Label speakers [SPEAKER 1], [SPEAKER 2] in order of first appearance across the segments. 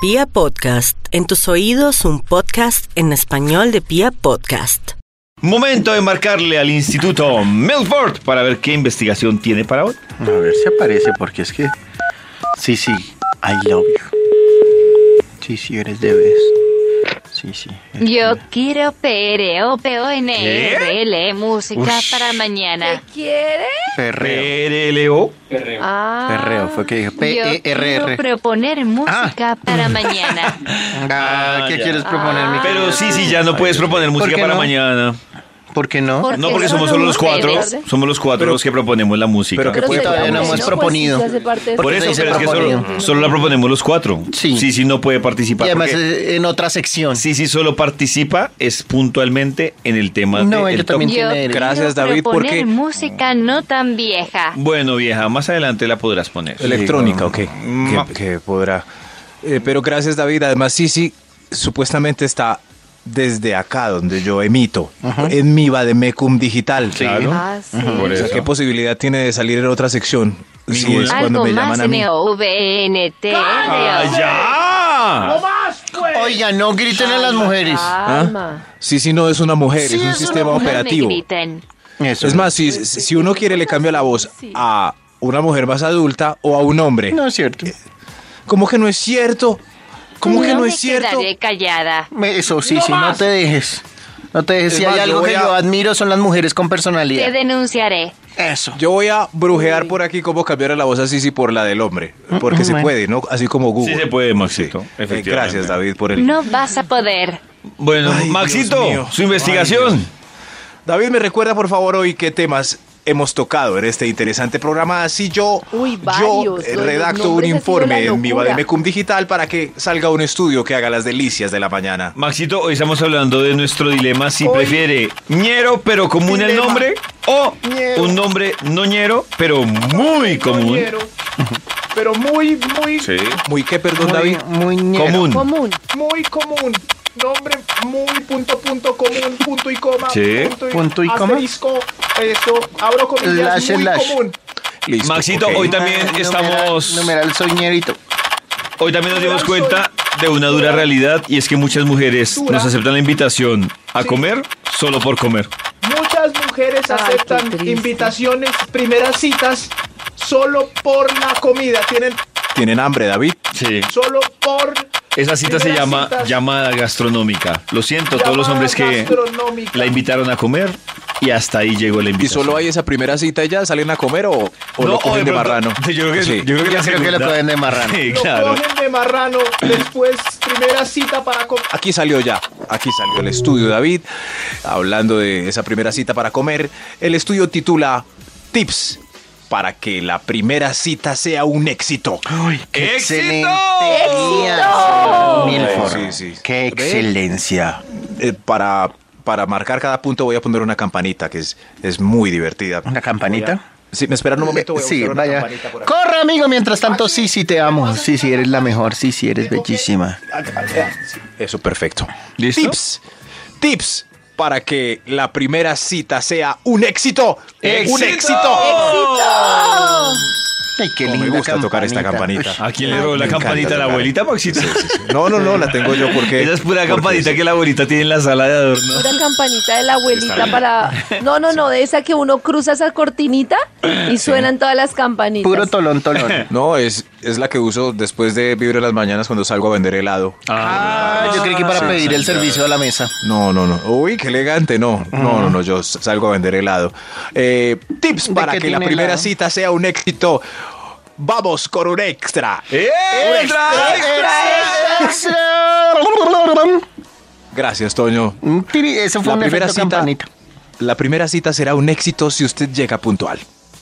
[SPEAKER 1] Pia Podcast, en tus oídos un podcast en español de Pia Podcast.
[SPEAKER 2] Momento de marcarle al Instituto Milford para ver qué investigación tiene para hoy.
[SPEAKER 3] A ver si aparece, porque es que. Sí, sí, I love you. Sí, sí, eres de vez. Sí, sí. eres
[SPEAKER 4] Yo
[SPEAKER 3] de-
[SPEAKER 4] quiero P-R-O-P-O-N-R-L, E, música para mañana.
[SPEAKER 3] Perreo.
[SPEAKER 2] PRLO.
[SPEAKER 4] Ah,
[SPEAKER 3] Perreo, fue que E dije
[SPEAKER 4] Yo quiero
[SPEAKER 3] P-E-R-R.
[SPEAKER 4] proponer música para mañana.
[SPEAKER 3] Ah, ¿Qué
[SPEAKER 2] ya.
[SPEAKER 3] quieres proponer, mi
[SPEAKER 2] Pero
[SPEAKER 3] querido?
[SPEAKER 2] sí, sí, ya no puedes proponer música
[SPEAKER 3] qué
[SPEAKER 2] para
[SPEAKER 3] no?
[SPEAKER 2] mañana.
[SPEAKER 3] ¿Por qué no?
[SPEAKER 4] Por-
[SPEAKER 2] No,
[SPEAKER 4] Porque
[SPEAKER 2] porque somos solo
[SPEAKER 4] solo
[SPEAKER 2] los cuatro.
[SPEAKER 4] ustedes.
[SPEAKER 2] Somos los cuatro los que proponemos la música.
[SPEAKER 3] Pero que
[SPEAKER 5] Pero
[SPEAKER 3] pues,
[SPEAKER 5] sería
[SPEAKER 3] todavía no
[SPEAKER 5] bueno,
[SPEAKER 3] hemos
[SPEAKER 5] pues,
[SPEAKER 3] proponido.
[SPEAKER 5] si hace parte de-
[SPEAKER 2] Por eso,
[SPEAKER 3] Porque se
[SPEAKER 2] pero es que solo,
[SPEAKER 3] propone.
[SPEAKER 2] solo la proponemos los cuatro.
[SPEAKER 3] Sí.
[SPEAKER 2] sí, sí, no puede
[SPEAKER 3] Y
[SPEAKER 2] participar.
[SPEAKER 3] además
[SPEAKER 2] porque
[SPEAKER 3] eh, en otra sección.
[SPEAKER 2] sí, sí, solo participa es puntualmente en el tema
[SPEAKER 3] No,
[SPEAKER 2] de-
[SPEAKER 3] yo
[SPEAKER 2] el
[SPEAKER 3] también.
[SPEAKER 4] Yo
[SPEAKER 3] Entiende.
[SPEAKER 6] Gracias,
[SPEAKER 4] quiero
[SPEAKER 6] David,
[SPEAKER 4] proponer
[SPEAKER 6] porque-
[SPEAKER 4] música no tan vieja.
[SPEAKER 3] Mm.
[SPEAKER 2] Bueno, vieja, más adelante la podrás poner.
[SPEAKER 6] Electrónica, ok.
[SPEAKER 2] Ma-
[SPEAKER 6] Que, que podrá. Eh, pero gracias, David. Además, Sisi supuestamente está desde acá, donde yo emito, en mi Vademecum Digital.
[SPEAKER 2] Claro.
[SPEAKER 4] Ah,
[SPEAKER 3] Mm.
[SPEAKER 4] sí.
[SPEAKER 2] Por
[SPEAKER 6] O sea,
[SPEAKER 2] eso.
[SPEAKER 6] ¿qué posibilidad tiene de salir en otra sección? Si
[SPEAKER 2] Ninguna.
[SPEAKER 6] es cuando
[SPEAKER 4] Algo
[SPEAKER 6] me
[SPEAKER 4] más
[SPEAKER 6] llaman a mí.
[SPEAKER 2] ¡Ah,
[SPEAKER 4] N-O-V-N-T-R-O.
[SPEAKER 2] ya!
[SPEAKER 3] Oiga, no griten a las mujeres.
[SPEAKER 5] Alma.
[SPEAKER 6] Sisi no es una mujer,
[SPEAKER 3] Sí,
[SPEAKER 6] es un
[SPEAKER 3] es una
[SPEAKER 6] sistema
[SPEAKER 4] No me
[SPEAKER 6] operativo.
[SPEAKER 4] griten.
[SPEAKER 3] Eso.
[SPEAKER 6] Es más, si, si uno quiere le cambio la voz a una mujer más adulta o a un hombre.
[SPEAKER 3] No es cierto.
[SPEAKER 6] ¿Cómo que no es cierto? ¿Cómo que no
[SPEAKER 4] me
[SPEAKER 6] es cierto?
[SPEAKER 4] quedaré callada.
[SPEAKER 3] Me- Eso, sí, sí, no te dejes. No te dejes.
[SPEAKER 6] Es
[SPEAKER 3] Si
[SPEAKER 6] más,
[SPEAKER 3] hay
[SPEAKER 6] yo
[SPEAKER 3] algo
[SPEAKER 6] voy
[SPEAKER 3] que
[SPEAKER 6] a-
[SPEAKER 3] yo admiro son las mujeres con
[SPEAKER 4] Te
[SPEAKER 3] personalidad.
[SPEAKER 4] denunciaré.
[SPEAKER 3] Eso.
[SPEAKER 6] Yo voy a brujear por aquí cómo cambiar la voz a Sisi por la del hombre. Porque se
[SPEAKER 3] Mm, bueno.
[SPEAKER 6] puede, ¿no? Así como Google.
[SPEAKER 2] Sí se puede, Maxito,
[SPEAKER 6] Sí. Eh,
[SPEAKER 2] efectivamente.
[SPEAKER 6] Gracias, David, por el.
[SPEAKER 4] No vas a poder.
[SPEAKER 2] Bueno,
[SPEAKER 6] Ay, Dios mío.
[SPEAKER 2] Maxito, su
[SPEAKER 6] Ay,
[SPEAKER 2] investigación.
[SPEAKER 6] Dios. David, me recuerda, por favor, hoy qué temas hemos tocado en este interesante programa. Así yo,
[SPEAKER 5] Uy,
[SPEAKER 6] yo
[SPEAKER 5] varios. Lo de
[SPEAKER 6] eh,
[SPEAKER 5] los
[SPEAKER 6] redacto un
[SPEAKER 5] nombres ha sido
[SPEAKER 6] informe
[SPEAKER 5] la
[SPEAKER 6] en mi
[SPEAKER 5] locura.
[SPEAKER 6] Bademecum Digital para que salga un estudio que haga las delicias de la mañana.
[SPEAKER 2] Maxito, hoy estamos hablando de nuestro dilema si prefiere ñero pero común el
[SPEAKER 3] Dilema.
[SPEAKER 2] nombre o
[SPEAKER 3] Ñero.
[SPEAKER 2] un nombre no ñero pero muy común.
[SPEAKER 6] Pero muy, muy.
[SPEAKER 2] Sí.
[SPEAKER 6] ¿Muy qué, perdón,
[SPEAKER 3] Muy,
[SPEAKER 6] David?
[SPEAKER 3] muy ñero.
[SPEAKER 2] Común.
[SPEAKER 5] Común.
[SPEAKER 6] Muy común. Nombre muy punto, punto, común, punto y coma.
[SPEAKER 2] Sí.
[SPEAKER 3] Punto y coma.
[SPEAKER 6] Asterisco, esto, abro
[SPEAKER 3] comillas, Slash, muy slash. común.
[SPEAKER 6] Listo,
[SPEAKER 2] Maxito,
[SPEAKER 6] ok.
[SPEAKER 2] hoy también
[SPEAKER 3] Numeral-
[SPEAKER 2] estamos-
[SPEAKER 3] Numeral soñerito.
[SPEAKER 2] Hoy también nos dimos cuenta de una dura realidad y es que muchas mujeres nos aceptan la invitación a comer solo por comer.
[SPEAKER 7] Muchas mujeres
[SPEAKER 5] Ay,
[SPEAKER 7] aceptan
[SPEAKER 5] qué triste.
[SPEAKER 7] invitaciones, primeras citas, solo por la comida. Tienen
[SPEAKER 6] ¿Tienen hambre, David?
[SPEAKER 2] Sí.
[SPEAKER 7] solo por.
[SPEAKER 2] Esa cita se
[SPEAKER 7] primeras
[SPEAKER 2] llama
[SPEAKER 7] citas,
[SPEAKER 2] llamada gastronómica. Lo siento, todos los
[SPEAKER 7] llamada
[SPEAKER 2] hombres que
[SPEAKER 7] gastronómica.
[SPEAKER 2] la invitaron a comer y hasta ahí llegó la
[SPEAKER 6] ¿Y
[SPEAKER 2] invitación.
[SPEAKER 6] solo hay esa primera cita y ya salen a comer o, o
[SPEAKER 2] No,
[SPEAKER 6] lo
[SPEAKER 2] o
[SPEAKER 6] comen de
[SPEAKER 2] pronto-
[SPEAKER 6] marrano?
[SPEAKER 2] Yo creo que,
[SPEAKER 6] Sí.
[SPEAKER 2] yo creo que
[SPEAKER 3] Yo
[SPEAKER 2] la
[SPEAKER 3] creo que
[SPEAKER 2] segunda-
[SPEAKER 3] lo pueden de marrano.
[SPEAKER 2] Sí,
[SPEAKER 7] Lo
[SPEAKER 2] claro.
[SPEAKER 7] cogen de marrano, después primera cita para comer.
[SPEAKER 6] Aquí salió ya, aquí salió el estudio, David, hablando de esa primera cita para comer. El estudio titula Tips para que la primera cita sea un éxito.
[SPEAKER 2] ¡Éxito!
[SPEAKER 3] Excelente día, señor Milford.
[SPEAKER 6] Sí, sí, sí.
[SPEAKER 3] Qué
[SPEAKER 6] ¿Ve?
[SPEAKER 3] excelencia.
[SPEAKER 6] Eh, para, para marcar cada punto voy a poner una campanita que es, es muy divertida.
[SPEAKER 3] ¿Una campanita?
[SPEAKER 6] Si me esperan un momento, voy a
[SPEAKER 3] Sí,
[SPEAKER 6] buscar una
[SPEAKER 3] vaya.
[SPEAKER 6] campanita por acá.
[SPEAKER 3] Corre, amigo, mientras tanto, sí, sí, te amo. Sí, sí, eres la mejor. Sí, sí, eres bellísima.
[SPEAKER 6] Ah, Eso, perfecto.
[SPEAKER 2] ¿Listo?
[SPEAKER 6] Tips. Tips para que la primera cita sea un éxito. Un éxito.
[SPEAKER 3] Ay, qué
[SPEAKER 6] Como
[SPEAKER 3] linda
[SPEAKER 6] me gusta tocar esta campanita.
[SPEAKER 2] ¿A quién le robó la
[SPEAKER 6] Me encanta
[SPEAKER 2] campanita a la
[SPEAKER 6] tocar.
[SPEAKER 2] abuelita, Maxito?
[SPEAKER 6] No, no, no, la tengo yo porque...
[SPEAKER 2] Esa es pura
[SPEAKER 6] porque
[SPEAKER 2] campanita
[SPEAKER 6] sí.
[SPEAKER 2] que la abuelita tiene en la sala de adorno.
[SPEAKER 5] Una campanita de la abuelita para. No, no, no, de esa que uno cruza esa cortinita y suenan todas las
[SPEAKER 3] Uy,
[SPEAKER 5] campanitas.
[SPEAKER 3] Puro tolón, tolón.
[SPEAKER 6] No, es, es la que uso después de Vibra en las mañanas cuando salgo a vender helado.
[SPEAKER 3] Ah, yo creí que para pedir el servicio a la mesa.
[SPEAKER 6] No, no, no. Uy, qué elegante. No, no, no, no. Yo s- salgo a vender helado. Eh, tips
[SPEAKER 3] ¿De
[SPEAKER 6] para
[SPEAKER 3] qué
[SPEAKER 6] que la
[SPEAKER 3] tiene
[SPEAKER 6] primera
[SPEAKER 3] helado?
[SPEAKER 6] cita sea un éxito. Vamos con un extra. Eh,
[SPEAKER 7] ¡Eh!
[SPEAKER 2] ¡Extra!
[SPEAKER 6] Gracias, Toño.
[SPEAKER 3] Un tiri- Eso fue
[SPEAKER 6] La
[SPEAKER 3] un
[SPEAKER 6] primera
[SPEAKER 3] efecto
[SPEAKER 6] cita.
[SPEAKER 3] campanita.
[SPEAKER 6] La primera cita será un éxito si usted llega puntual.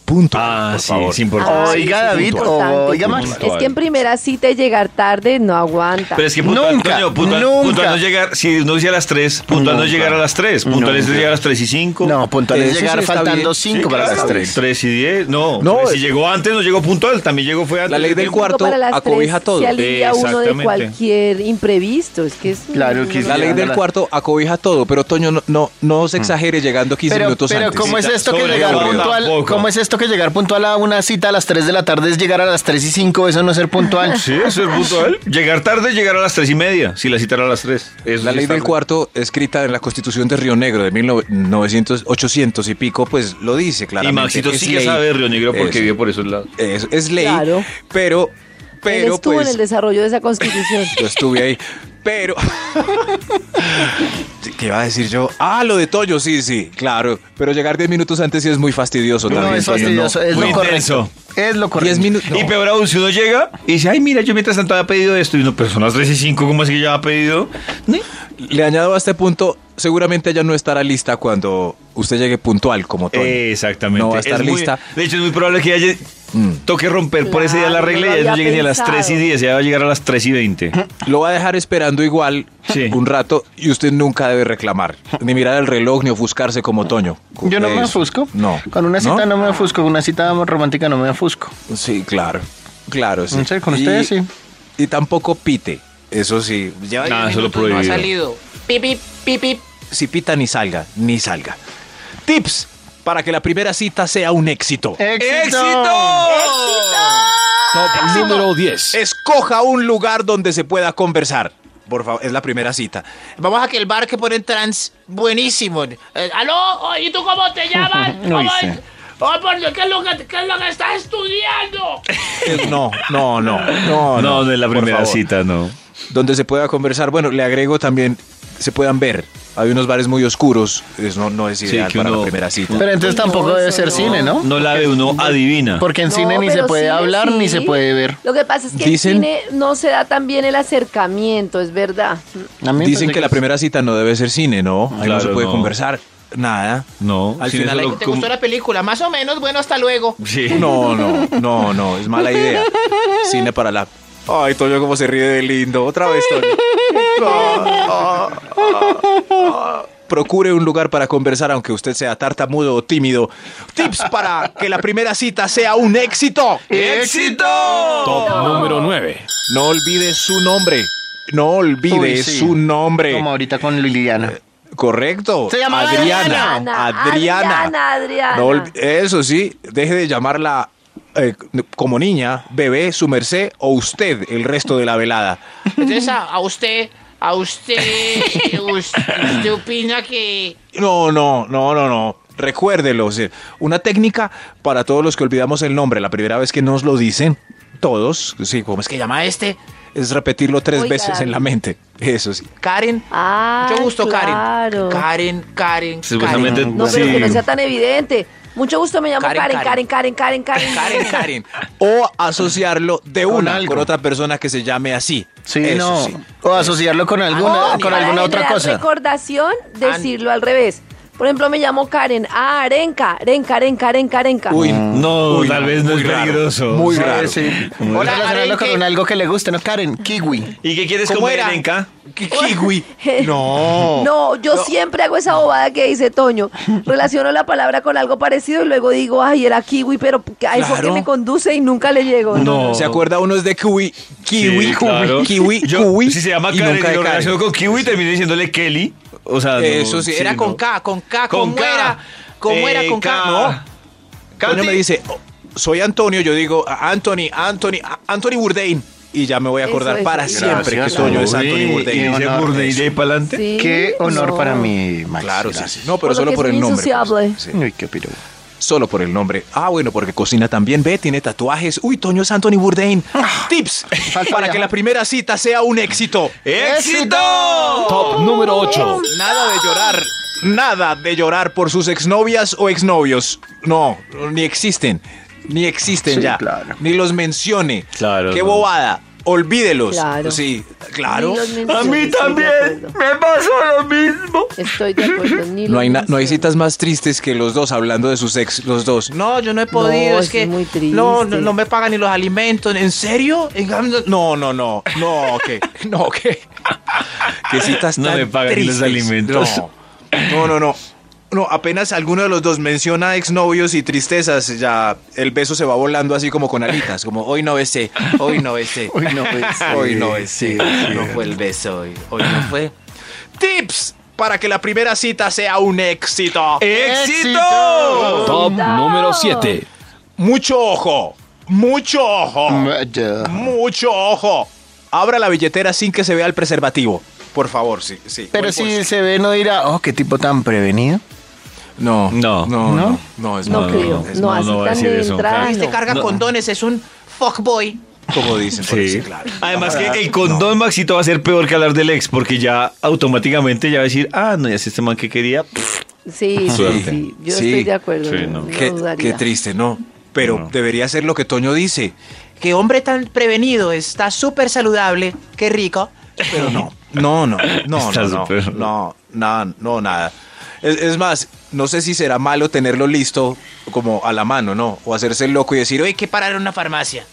[SPEAKER 6] Punto.
[SPEAKER 2] Ah,
[SPEAKER 6] por
[SPEAKER 2] sí,
[SPEAKER 6] favor.
[SPEAKER 2] es importante.
[SPEAKER 5] Ah, sí,
[SPEAKER 3] Oiga,
[SPEAKER 5] sí, sí,
[SPEAKER 3] David,
[SPEAKER 5] importante.
[SPEAKER 3] oiga, Max.
[SPEAKER 5] Es que en primera cita y llegar tarde no aguanta.
[SPEAKER 2] Pero es que puntual,
[SPEAKER 3] Nunca,
[SPEAKER 2] coño, puntual,
[SPEAKER 3] nunca.
[SPEAKER 2] puntual no llegar, si uno dice a las 3, puntual no
[SPEAKER 3] Nunca.
[SPEAKER 2] llegar a las 3, puntual es
[SPEAKER 3] Nunca.
[SPEAKER 2] llegar a las 3 y 5.
[SPEAKER 3] No, puntual es
[SPEAKER 6] Eso sí
[SPEAKER 3] llegar
[SPEAKER 6] está
[SPEAKER 3] faltando
[SPEAKER 6] bien.
[SPEAKER 3] cinco para las tres.
[SPEAKER 2] 3 y 10, no.
[SPEAKER 6] No,
[SPEAKER 2] tres, si
[SPEAKER 6] es-
[SPEAKER 2] llegó antes, no llegó puntual, también llegó fue antes.
[SPEAKER 6] La ley
[SPEAKER 2] de
[SPEAKER 6] del
[SPEAKER 2] tiempo.
[SPEAKER 5] Cinco
[SPEAKER 6] cuarto
[SPEAKER 5] para las
[SPEAKER 6] acobija
[SPEAKER 5] tres
[SPEAKER 6] todo.
[SPEAKER 5] Se alivia uno de
[SPEAKER 2] Exactamente.
[SPEAKER 5] cualquier imprevisto. Es que es.
[SPEAKER 3] Claro que sí.
[SPEAKER 6] La ley del cuarto acobija
[SPEAKER 2] Mm.
[SPEAKER 6] todo, pero Toño, no, no, no se exagere llegando 15
[SPEAKER 3] Pero,
[SPEAKER 6] minutos
[SPEAKER 3] pero
[SPEAKER 6] antes.
[SPEAKER 3] ¿cómo es esto que
[SPEAKER 2] Sobre
[SPEAKER 3] llegar
[SPEAKER 2] la hora
[SPEAKER 3] puntual?
[SPEAKER 2] tampoco.
[SPEAKER 3] ¿Cómo es esto cierto que llegar puntual a una cita a las 3 de la tarde es llegar a las 3 y 5? Eso no es ser puntual.
[SPEAKER 2] Sí, eso es puntual. Llegar tarde, llegar a las tres y media, si la cita era a las tres. Eso
[SPEAKER 6] La
[SPEAKER 2] sí
[SPEAKER 6] ley
[SPEAKER 2] es
[SPEAKER 6] del
[SPEAKER 2] tarde.
[SPEAKER 6] cuarto, escrita en la Constitución de Río Negro de 1900, 800 y pico, pues lo dice
[SPEAKER 2] Y
[SPEAKER 6] claramente.
[SPEAKER 2] Maxito
[SPEAKER 6] Es
[SPEAKER 2] sí que
[SPEAKER 6] ley.
[SPEAKER 2] sabe de Río Negro porque
[SPEAKER 6] Eso.
[SPEAKER 2] vive por esos lados.
[SPEAKER 6] Es, es ley,
[SPEAKER 5] Claro.
[SPEAKER 6] pero,
[SPEAKER 5] Él
[SPEAKER 6] pero
[SPEAKER 5] estuvo en
[SPEAKER 6] pues,
[SPEAKER 5] el desarrollo de esa constitución.
[SPEAKER 6] yo estuve ahí, pero... ¿Qué iba a decir yo? Ah, lo de Toyo, sí, sí, claro. Pero llegar 10 minutos antes sí es muy fastidioso
[SPEAKER 3] No,
[SPEAKER 6] también.
[SPEAKER 3] es
[SPEAKER 6] Toño, no.
[SPEAKER 3] fastidioso, es
[SPEAKER 2] Muy
[SPEAKER 3] lo correcto.
[SPEAKER 2] intenso.
[SPEAKER 3] Es lo correcto.
[SPEAKER 6] 10 minutos.
[SPEAKER 2] Y peor aún, si uno llega y dice, ay, mira, yo mientras tanto había pedido esto. Y uno, pero son las 3 y 5, ¿cómo así que ya ha pedido? Ni-
[SPEAKER 6] Le añado a este punto, seguramente ella no estará lista cuando usted llegue puntual como Toño.
[SPEAKER 2] Exactamente.
[SPEAKER 6] No va a estar
[SPEAKER 2] Es muy-
[SPEAKER 6] lista. Mm.
[SPEAKER 2] de hecho, es muy probable que ella toque romper por ese día la
[SPEAKER 5] Claro,
[SPEAKER 2] regla
[SPEAKER 5] no
[SPEAKER 2] y
[SPEAKER 5] lo
[SPEAKER 2] ella no
[SPEAKER 5] había
[SPEAKER 2] llegue ni a las
[SPEAKER 5] pensado.
[SPEAKER 2] 3 y 10, ya va a llegar a las 3 y 20.
[SPEAKER 6] Lo va a dejar esperando igual
[SPEAKER 2] Sí.
[SPEAKER 6] un rato y usted nunca debe reclamar, ni mirar el reloj, ni ofuscarse como Toño.
[SPEAKER 3] Yo no me
[SPEAKER 6] Eso.
[SPEAKER 3] ofusco.
[SPEAKER 6] No.
[SPEAKER 3] Con una cita no, me ofusco. Con una cita romántica no me ofusco.
[SPEAKER 6] Sí, claro. Claro, sí.
[SPEAKER 3] En serio, con ustedes sí.
[SPEAKER 6] Y tampoco pite. Eso sí. Ya-
[SPEAKER 2] Nada, eso lo prohibido.
[SPEAKER 6] si pita, ni salga, ni salga. Tips para que la primera cita sea un éxito.
[SPEAKER 8] Top número 10.
[SPEAKER 6] Escoja un lugar donde se pueda conversar. Por favor, es la primera cita.
[SPEAKER 9] Vamos a que el bar que ponen trans, buenísimo. Eh, ¿Aló? Oh, ¿Y tú cómo te llamas?
[SPEAKER 3] No
[SPEAKER 9] ¿Cómo
[SPEAKER 3] hice.
[SPEAKER 9] es? Oh, por Dios, ¿qué es lo que, qué es lo que estás estudiando?
[SPEAKER 6] Eh, No, no, no, no.
[SPEAKER 2] No, no, es la
[SPEAKER 6] por
[SPEAKER 2] primera
[SPEAKER 6] favor.
[SPEAKER 2] cita, no.
[SPEAKER 6] donde se pueda conversar. Bueno, le agrego también, se puedan ver. Hay unos bares muy oscuros, es- no, no es
[SPEAKER 2] Sí,
[SPEAKER 6] ideal
[SPEAKER 2] que
[SPEAKER 6] para
[SPEAKER 2] uno-
[SPEAKER 6] la primera cita.
[SPEAKER 3] Pero entonces tampoco
[SPEAKER 5] No,
[SPEAKER 3] debe
[SPEAKER 5] eso
[SPEAKER 3] ser
[SPEAKER 5] no.
[SPEAKER 3] cine, ¿no?
[SPEAKER 2] No la ve uno, adivina.
[SPEAKER 3] Porque en
[SPEAKER 5] No,
[SPEAKER 3] cine ni se
[SPEAKER 5] pero
[SPEAKER 3] puede
[SPEAKER 5] cine
[SPEAKER 3] hablar ni
[SPEAKER 5] sí.
[SPEAKER 3] se puede ver.
[SPEAKER 5] Lo que pasa es que
[SPEAKER 6] Dicen-
[SPEAKER 5] en cine no se da tan bien el acercamiento, es verdad.
[SPEAKER 3] A mí me
[SPEAKER 6] Dicen
[SPEAKER 3] parece
[SPEAKER 6] que la primera cita no debe ser cine, ¿no? Ahí no
[SPEAKER 2] Ah, Claro,
[SPEAKER 6] se puede
[SPEAKER 2] no.
[SPEAKER 6] conversar nada.
[SPEAKER 2] No,
[SPEAKER 6] Al
[SPEAKER 2] cine
[SPEAKER 6] final
[SPEAKER 2] solo
[SPEAKER 6] hay-
[SPEAKER 9] ¿Te
[SPEAKER 2] Como-
[SPEAKER 9] gustó la película? Más o menos, bueno, hasta luego.
[SPEAKER 2] Sí.
[SPEAKER 6] No, no, no, no, es mala idea. Cine para la... Ay, Toño, cómo se ríe de lindo. Otra vez, Toño. Ah, ah, ah. Procure un lugar para conversar, aunque usted sea tartamudo o tímido. Tips para que la primera cita sea un éxito.
[SPEAKER 8] Top número 9.
[SPEAKER 6] No olvide su nombre. No olvide
[SPEAKER 3] Uy, sí.
[SPEAKER 6] su nombre.
[SPEAKER 3] Como ahorita con Liliana.
[SPEAKER 6] Correcto.
[SPEAKER 3] Se llamaba
[SPEAKER 6] Adriana.
[SPEAKER 5] Adriana,
[SPEAKER 6] Adriana.
[SPEAKER 5] Adriana, Adriana.
[SPEAKER 6] No olvi- eso sí, deje de llamarla eh, como niña, bebé, su merced o usted el resto de la velada.
[SPEAKER 9] Entonces, a, a usted, a usted, us- usted opina que...
[SPEAKER 6] No, no, no, no, no. Recuérdelo. o sea, Una técnica para todos los que olvidamos el nombre la primera vez que nos lo dicen, todos, sí, ¿cómo es que llama este? Es repetirlo tres
[SPEAKER 5] Oiga,
[SPEAKER 6] veces en la mente. Eso sí.
[SPEAKER 9] Karen,
[SPEAKER 5] Ah,
[SPEAKER 9] mucho gusto,
[SPEAKER 5] claro.
[SPEAKER 9] Karen. Karen, Karen,
[SPEAKER 2] Supuestamente-
[SPEAKER 9] Karen.
[SPEAKER 5] No, pero
[SPEAKER 2] Sí.
[SPEAKER 5] que no sea tan evidente. Mucho gusto, me llamo
[SPEAKER 9] Karen,
[SPEAKER 5] Karen, Karen,
[SPEAKER 9] Karen.
[SPEAKER 5] Karen, Karen, Karen.
[SPEAKER 6] Karen, Karen. O asociarlo de
[SPEAKER 3] Con
[SPEAKER 6] una
[SPEAKER 3] algo.
[SPEAKER 6] con otra persona que se llame así.
[SPEAKER 3] Sí,
[SPEAKER 6] Eso
[SPEAKER 3] no.
[SPEAKER 6] sí.
[SPEAKER 3] O asociarlo con alguna,
[SPEAKER 5] O,
[SPEAKER 3] con
[SPEAKER 5] para
[SPEAKER 3] alguna otra
[SPEAKER 5] generar
[SPEAKER 3] cosa.
[SPEAKER 5] recordación, decirlo al revés. Por ejemplo, me llamo Karen. Ah, arenca, arenca, arenca, arenca, arenca.
[SPEAKER 6] Uy,
[SPEAKER 2] No,
[SPEAKER 6] uy,
[SPEAKER 2] tal vez no
[SPEAKER 6] muy
[SPEAKER 2] es
[SPEAKER 6] raro,
[SPEAKER 2] peligroso.
[SPEAKER 6] Muy
[SPEAKER 3] Sí,
[SPEAKER 6] raro.
[SPEAKER 3] sí. O
[SPEAKER 9] Hola,
[SPEAKER 3] relacionarlo
[SPEAKER 9] Arenque.
[SPEAKER 3] con algo que le guste, ¿no? Karen, kiwi.
[SPEAKER 2] ¿Y qué quieres
[SPEAKER 6] ¿Cómo
[SPEAKER 2] comer,
[SPEAKER 6] era?
[SPEAKER 2] Erenca?
[SPEAKER 6] Ki- Kiwi. No.
[SPEAKER 5] No, yo siempre hago esa bobada que dice Toño. Relaciono la palabra con algo parecido y luego digo, ay, era kiwi, pero a eso que
[SPEAKER 6] Claro.
[SPEAKER 5] me conduce y nunca le llego.
[SPEAKER 2] No.
[SPEAKER 6] ¿Se acuerda? Uno es de kiwi. Kiwi,
[SPEAKER 2] Sí, claro.
[SPEAKER 6] kiwi,
[SPEAKER 2] Yo,
[SPEAKER 6] kiwi.
[SPEAKER 2] Si se llama
[SPEAKER 6] y
[SPEAKER 2] Karen
[SPEAKER 6] nunca
[SPEAKER 2] y
[SPEAKER 6] de
[SPEAKER 2] lo
[SPEAKER 6] Karen.
[SPEAKER 2] relaciono con Kiwi, terminé diciéndole Kelly. O sea, no,
[SPEAKER 6] Eso sí,
[SPEAKER 9] Era
[SPEAKER 2] no.
[SPEAKER 9] con K, con K,
[SPEAKER 2] Con
[SPEAKER 9] con
[SPEAKER 2] K.
[SPEAKER 9] era? ¿Cómo era
[SPEAKER 2] Eh,
[SPEAKER 9] con K?
[SPEAKER 2] K.
[SPEAKER 9] No.
[SPEAKER 6] Toño
[SPEAKER 2] Katy.
[SPEAKER 6] me dice, "Oh, soy Antonio, yo digo "Ah, Anthony, Anthony, ah, Anthony Bourdain. Y ya me voy a
[SPEAKER 5] Eso,
[SPEAKER 6] acordar
[SPEAKER 5] eso.
[SPEAKER 6] para
[SPEAKER 5] Gracias,
[SPEAKER 6] siempre que
[SPEAKER 3] amor.
[SPEAKER 6] Toño es
[SPEAKER 2] Uy,
[SPEAKER 6] Anthony
[SPEAKER 2] Y
[SPEAKER 6] Bourdain.
[SPEAKER 2] dice
[SPEAKER 3] honor.
[SPEAKER 2] Bourdain de ahí para adelante.
[SPEAKER 5] Sí,
[SPEAKER 3] Qué honor
[SPEAKER 5] no.
[SPEAKER 3] para mí, Max.
[SPEAKER 6] Claro, sí.
[SPEAKER 3] gracias.
[SPEAKER 6] No, pero
[SPEAKER 5] Por lo
[SPEAKER 6] solo
[SPEAKER 5] que
[SPEAKER 6] por
[SPEAKER 5] es
[SPEAKER 6] el
[SPEAKER 5] muy
[SPEAKER 6] nombre.
[SPEAKER 5] insuciable.
[SPEAKER 6] Sí. Ah.
[SPEAKER 3] Uy, qué piro.
[SPEAKER 6] Solo por el nombre. Ah, bueno, porque cocina también. Ve, tiene tatuajes. Uy, Toño es Anthony Bourdain. Tips
[SPEAKER 3] Ah. Falta
[SPEAKER 6] para
[SPEAKER 3] viajar.
[SPEAKER 6] que la primera cita sea un éxito.
[SPEAKER 2] ¡Éxito!
[SPEAKER 8] Top número 8.
[SPEAKER 6] Nada de llorar. Nada de llorar por sus exnovias o exnovios. No, ni existen. Ni existen
[SPEAKER 3] Sí,
[SPEAKER 6] ya.
[SPEAKER 3] claro.
[SPEAKER 6] Ni los mencione.
[SPEAKER 2] Claro,
[SPEAKER 6] Qué
[SPEAKER 2] no.
[SPEAKER 6] bobada. Olvídelos.
[SPEAKER 5] Claro.
[SPEAKER 6] Sí, claro.
[SPEAKER 5] Ni los
[SPEAKER 2] A
[SPEAKER 5] menciones,
[SPEAKER 2] mí
[SPEAKER 5] estoy de
[SPEAKER 2] también
[SPEAKER 5] acuerdo.
[SPEAKER 2] me pasó lo mismo.
[SPEAKER 5] Estoy de acuerdo. ni
[SPEAKER 6] No
[SPEAKER 5] los
[SPEAKER 6] hay, na- no hay
[SPEAKER 5] menciones.
[SPEAKER 6] citas más tristes que los dos hablando de sus ex, los dos.
[SPEAKER 9] No, yo no he podido,
[SPEAKER 5] No,
[SPEAKER 9] es
[SPEAKER 5] eso
[SPEAKER 9] que
[SPEAKER 5] es muy triste.
[SPEAKER 9] No, no, no me pagan ni los alimentos, ¿en serio? En cambio,
[SPEAKER 6] No, no, no, no, que, no, que, que citas
[SPEAKER 2] No
[SPEAKER 6] tan
[SPEAKER 2] me pagan ni los
[SPEAKER 6] tristes.
[SPEAKER 2] alimentos.
[SPEAKER 6] No, no, no, no, no, apenas alguno de los dos menciona exnovios y tristezas, ya el beso se va volando así como con alitas, como hoy no besé, hoy no besé,
[SPEAKER 3] Uy, no, pues,
[SPEAKER 6] hoy no
[SPEAKER 3] sí,
[SPEAKER 6] besé,
[SPEAKER 3] sí.
[SPEAKER 6] hoy no fue el
[SPEAKER 9] beso hoy, hoy no fue.
[SPEAKER 6] Tips para que la primera cita sea un éxito.
[SPEAKER 2] ¡Éxito!
[SPEAKER 8] Top número 7.
[SPEAKER 6] Mucho ojo. Mucho ojo.
[SPEAKER 3] Mm,
[SPEAKER 6] Mucho ojo. Abra la billetera sin que se vea el preservativo. Por favor, sí, sí.
[SPEAKER 3] Pero
[SPEAKER 6] Por-
[SPEAKER 3] si se ve, no dirá, oh, qué tipo tan prevenido.
[SPEAKER 6] No,
[SPEAKER 2] No.
[SPEAKER 6] no, no,
[SPEAKER 3] ¿No?
[SPEAKER 6] no, es
[SPEAKER 5] No,
[SPEAKER 6] malo,
[SPEAKER 5] creo,
[SPEAKER 6] es
[SPEAKER 5] no,
[SPEAKER 2] no,
[SPEAKER 5] así
[SPEAKER 2] no va a
[SPEAKER 5] tan
[SPEAKER 2] decir
[SPEAKER 5] de
[SPEAKER 2] eso,
[SPEAKER 5] entrada.
[SPEAKER 2] claro.
[SPEAKER 9] Este
[SPEAKER 5] no.
[SPEAKER 9] carga
[SPEAKER 2] No.
[SPEAKER 9] condones, es un fuckboy.
[SPEAKER 6] como dicen. por
[SPEAKER 2] Sí.
[SPEAKER 6] decir, claro. Ah,
[SPEAKER 2] Además que
[SPEAKER 6] Ahora,
[SPEAKER 2] el condón Maxito va a ser peor que hablar del ex, porque ya automáticamente ya va a decir, ah, no, ya es este man que quería.
[SPEAKER 5] Sí, sí,
[SPEAKER 6] Suerte.
[SPEAKER 5] sí. Yo
[SPEAKER 6] Sí,
[SPEAKER 5] estoy de acuerdo.
[SPEAKER 2] sí,
[SPEAKER 5] no,
[SPEAKER 2] no.
[SPEAKER 5] no
[SPEAKER 6] Qué,
[SPEAKER 5] dudaría.
[SPEAKER 6] qué triste, ¿no? Pero
[SPEAKER 2] No.
[SPEAKER 6] debería ser lo que Toño dice.
[SPEAKER 9] Qué hombre tan prevenido, está súper saludable, qué rico.
[SPEAKER 6] Pero no, no, no, no,
[SPEAKER 2] Está
[SPEAKER 6] no, no,
[SPEAKER 2] súper-
[SPEAKER 6] no, nada, no, nada. Es, es más, no sé si será malo tenerlo listo como a la mano, ¿no? O hacerse el loco y decir,
[SPEAKER 9] Pero hay
[SPEAKER 6] oye,
[SPEAKER 9] que parar en una farmacia.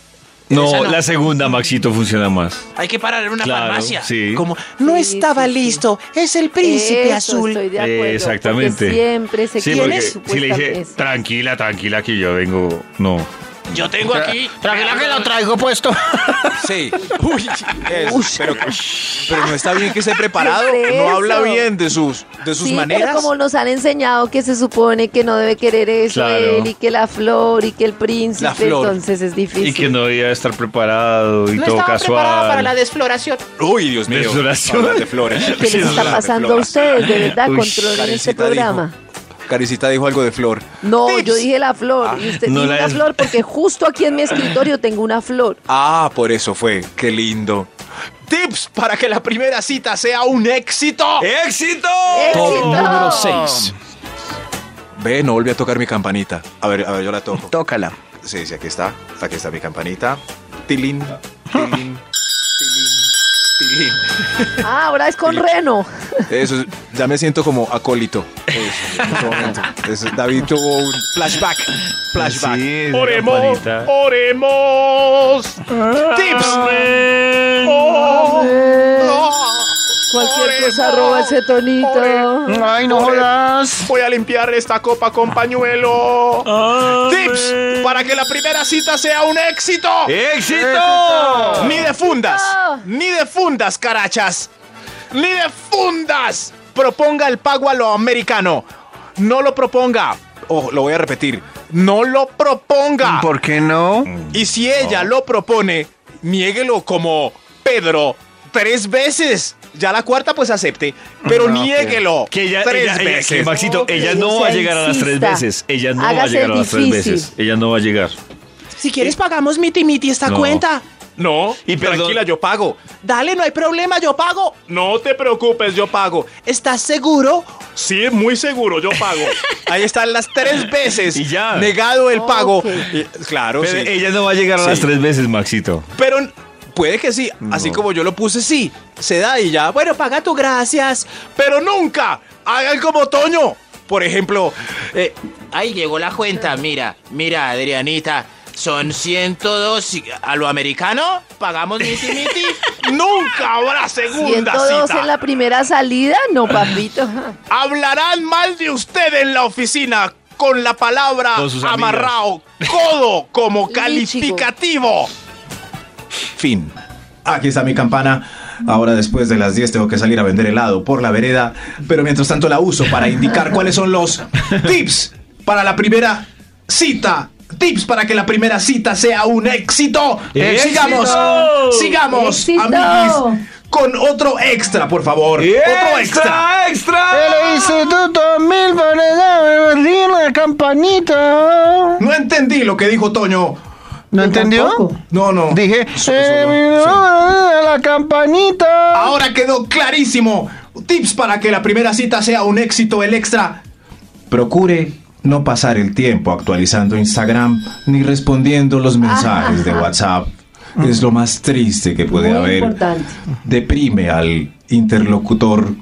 [SPEAKER 9] Esa
[SPEAKER 2] No,
[SPEAKER 9] no.
[SPEAKER 2] la segunda Maxito funciona más.
[SPEAKER 9] Hay que parar en una
[SPEAKER 2] Claro,
[SPEAKER 9] farmacia.
[SPEAKER 2] sí.
[SPEAKER 9] Como, no
[SPEAKER 5] Sí,
[SPEAKER 9] estaba
[SPEAKER 5] sí, sí.
[SPEAKER 9] listo, es el príncipe
[SPEAKER 5] Eso,
[SPEAKER 9] azul.
[SPEAKER 5] Estoy de acuerdo,
[SPEAKER 2] Eh, exactamente.
[SPEAKER 5] porque Siempre se
[SPEAKER 2] Sí,
[SPEAKER 5] quiere,
[SPEAKER 2] porque si le
[SPEAKER 5] supuestamente.
[SPEAKER 2] dije, tranquila, tranquila, que yo vengo. No.
[SPEAKER 9] Yo tengo aquí.
[SPEAKER 3] Tranquila que lo traigo puesto.
[SPEAKER 6] sí, uy, es- pero, pero no está bien que esté preparado,
[SPEAKER 5] ¿Qué es
[SPEAKER 6] no habla
[SPEAKER 5] eso?
[SPEAKER 6] bien de sus, de sus
[SPEAKER 5] Sí,
[SPEAKER 6] maneras.
[SPEAKER 5] pero como nos han enseñado que se supone que no debe querer eso
[SPEAKER 2] Claro.
[SPEAKER 5] él y que la flor y que el príncipe,
[SPEAKER 6] La flor.
[SPEAKER 5] entonces es difícil.
[SPEAKER 2] Y que no debía estar preparado y
[SPEAKER 9] No
[SPEAKER 2] todo
[SPEAKER 9] estaba preparada
[SPEAKER 2] casual.
[SPEAKER 9] para la desfloración.
[SPEAKER 6] Uy, Dios mío.
[SPEAKER 2] Desolación.
[SPEAKER 6] hablan de flores.
[SPEAKER 5] ¿Qué les está
[SPEAKER 6] Hablan de
[SPEAKER 5] pasando a
[SPEAKER 6] flores.
[SPEAKER 5] ustedes? De verdad,
[SPEAKER 2] Uy,
[SPEAKER 5] controlen este
[SPEAKER 6] Karencita
[SPEAKER 5] programa.
[SPEAKER 6] dijo- Karencita dijo algo de flor.
[SPEAKER 5] No,
[SPEAKER 6] Tips.
[SPEAKER 5] yo dije la flor. y usted
[SPEAKER 2] Ah, no
[SPEAKER 5] dijo
[SPEAKER 2] la
[SPEAKER 5] la
[SPEAKER 2] es-
[SPEAKER 5] flor porque justo aquí en mi escritorio tengo una flor.
[SPEAKER 6] Ah, por eso fue. Qué lindo. Tips para que la primera cita sea un éxito.
[SPEAKER 2] ¡Éxito!
[SPEAKER 8] Top
[SPEAKER 5] ¡Éxito!
[SPEAKER 8] número 6.
[SPEAKER 6] Ve, no volví a tocar mi campanita. A ver, a ver, yo la toco.
[SPEAKER 3] Tócala.
[SPEAKER 6] Sí, sí, aquí está. Aquí está mi campanita. Tilín, tilín, tilín, tilín.
[SPEAKER 5] Ah, ahora es con reno.
[SPEAKER 6] Eso, es- ya me siento como acólito. Eso, en este momento. Eso, David tuvo un flashback. Flashback.
[SPEAKER 2] Sí, Oremos.
[SPEAKER 7] Oremos.
[SPEAKER 6] Tips.
[SPEAKER 5] Cualquier cosa roba ese tonito.
[SPEAKER 3] Ay, no jodas.
[SPEAKER 7] Voy a limpiar esta copa con pañuelo. Tips para que la primera cita sea un éxito.
[SPEAKER 2] ¡Éxito!
[SPEAKER 7] Ni de fundas,
[SPEAKER 5] No.
[SPEAKER 7] ni de fundas, carachas. Ni de fundas. Proponga el pago a lo americano. No lo proponga.
[SPEAKER 6] Oh, lo voy a repetir.
[SPEAKER 7] No lo proponga.
[SPEAKER 3] ¿Por qué no?
[SPEAKER 6] Mm.
[SPEAKER 7] Y si ella lo propone, niéguelo como Pedro tres veces. Ya la cuarta pues acepte, pero
[SPEAKER 3] Ah, ok.
[SPEAKER 7] niéguelo
[SPEAKER 2] Que ella,
[SPEAKER 7] tres
[SPEAKER 2] ella- ella- que
[SPEAKER 7] veces.
[SPEAKER 2] Maxito, ella
[SPEAKER 5] que
[SPEAKER 2] no
[SPEAKER 5] sea
[SPEAKER 2] va a llegar a las tres
[SPEAKER 5] insista.
[SPEAKER 2] veces. Ella no va a
[SPEAKER 5] Hágase
[SPEAKER 2] llegar a las tres
[SPEAKER 5] difícil.
[SPEAKER 2] veces. Ella no va a llegar.
[SPEAKER 6] Oh,
[SPEAKER 9] Si quieres, pagamos miti miti esta
[SPEAKER 2] No.
[SPEAKER 9] cuenta.
[SPEAKER 7] No,
[SPEAKER 2] Y perdón-
[SPEAKER 7] tranquila, yo pago.
[SPEAKER 9] Dale, no hay problema, yo pago.
[SPEAKER 7] No te preocupes, yo pago.
[SPEAKER 9] ¿Estás seguro?
[SPEAKER 7] Sí, muy seguro, yo pago.
[SPEAKER 6] Ahí están las tres veces.
[SPEAKER 2] Y ya.
[SPEAKER 6] Negado el pago.
[SPEAKER 5] Ok.
[SPEAKER 6] Y- claro,
[SPEAKER 2] Pero
[SPEAKER 6] sí.
[SPEAKER 2] ella no va a llegar a las
[SPEAKER 6] Sí.
[SPEAKER 2] tres veces, Maxito.
[SPEAKER 6] Pero n- puede que sí, así como yo lo puse, sí. Se da y ya, bueno, paga tu gracias. Pero nunca hagan como Toño. Por ejemplo,
[SPEAKER 9] Eh, ahí llegó la cuenta, mira, mira, Adrianita. Son 102 y- a lo americano, pagamos miti miti.
[SPEAKER 7] Nunca habrá segunda
[SPEAKER 5] 102
[SPEAKER 7] cita.
[SPEAKER 5] en la primera salida, no, papito.
[SPEAKER 7] Hablarán mal de usted en la oficina con la palabra
[SPEAKER 2] Con sus amigas.
[SPEAKER 7] amarrado, codo como
[SPEAKER 5] Lichigo.
[SPEAKER 7] calificativo.
[SPEAKER 6] fin. Aquí está mi campana. Ahora después de las 10 tengo que salir a vender helado por la vereda, pero mientras tanto la uso para indicar cuáles son los tips para la primera cita. Tips para que la primera cita sea un éxito. Eh,
[SPEAKER 2] ¡Éxito!
[SPEAKER 6] Sigamos, sigamos,
[SPEAKER 5] ¡Éxito!
[SPEAKER 6] amiguis, con otro extra, por favor. Otro extra.
[SPEAKER 3] El Instituto Mil para la campanita.
[SPEAKER 6] No entendí lo que dijo Toño.
[SPEAKER 3] ¿No entendió?
[SPEAKER 6] No, no.
[SPEAKER 3] Dije,
[SPEAKER 6] Eso- eso no,
[SPEAKER 3] "Eh,
[SPEAKER 6] sí.
[SPEAKER 3] la campanita.
[SPEAKER 6] Ahora quedó clarísimo. Tips para que la primera cita sea un éxito el extra. Procure no pasar el tiempo actualizando Instagram ni respondiendo los mensajes de WhatsApp. Es lo más triste que puede
[SPEAKER 5] Muy
[SPEAKER 6] haber.
[SPEAKER 5] importante.
[SPEAKER 6] Deprime al interlocutor.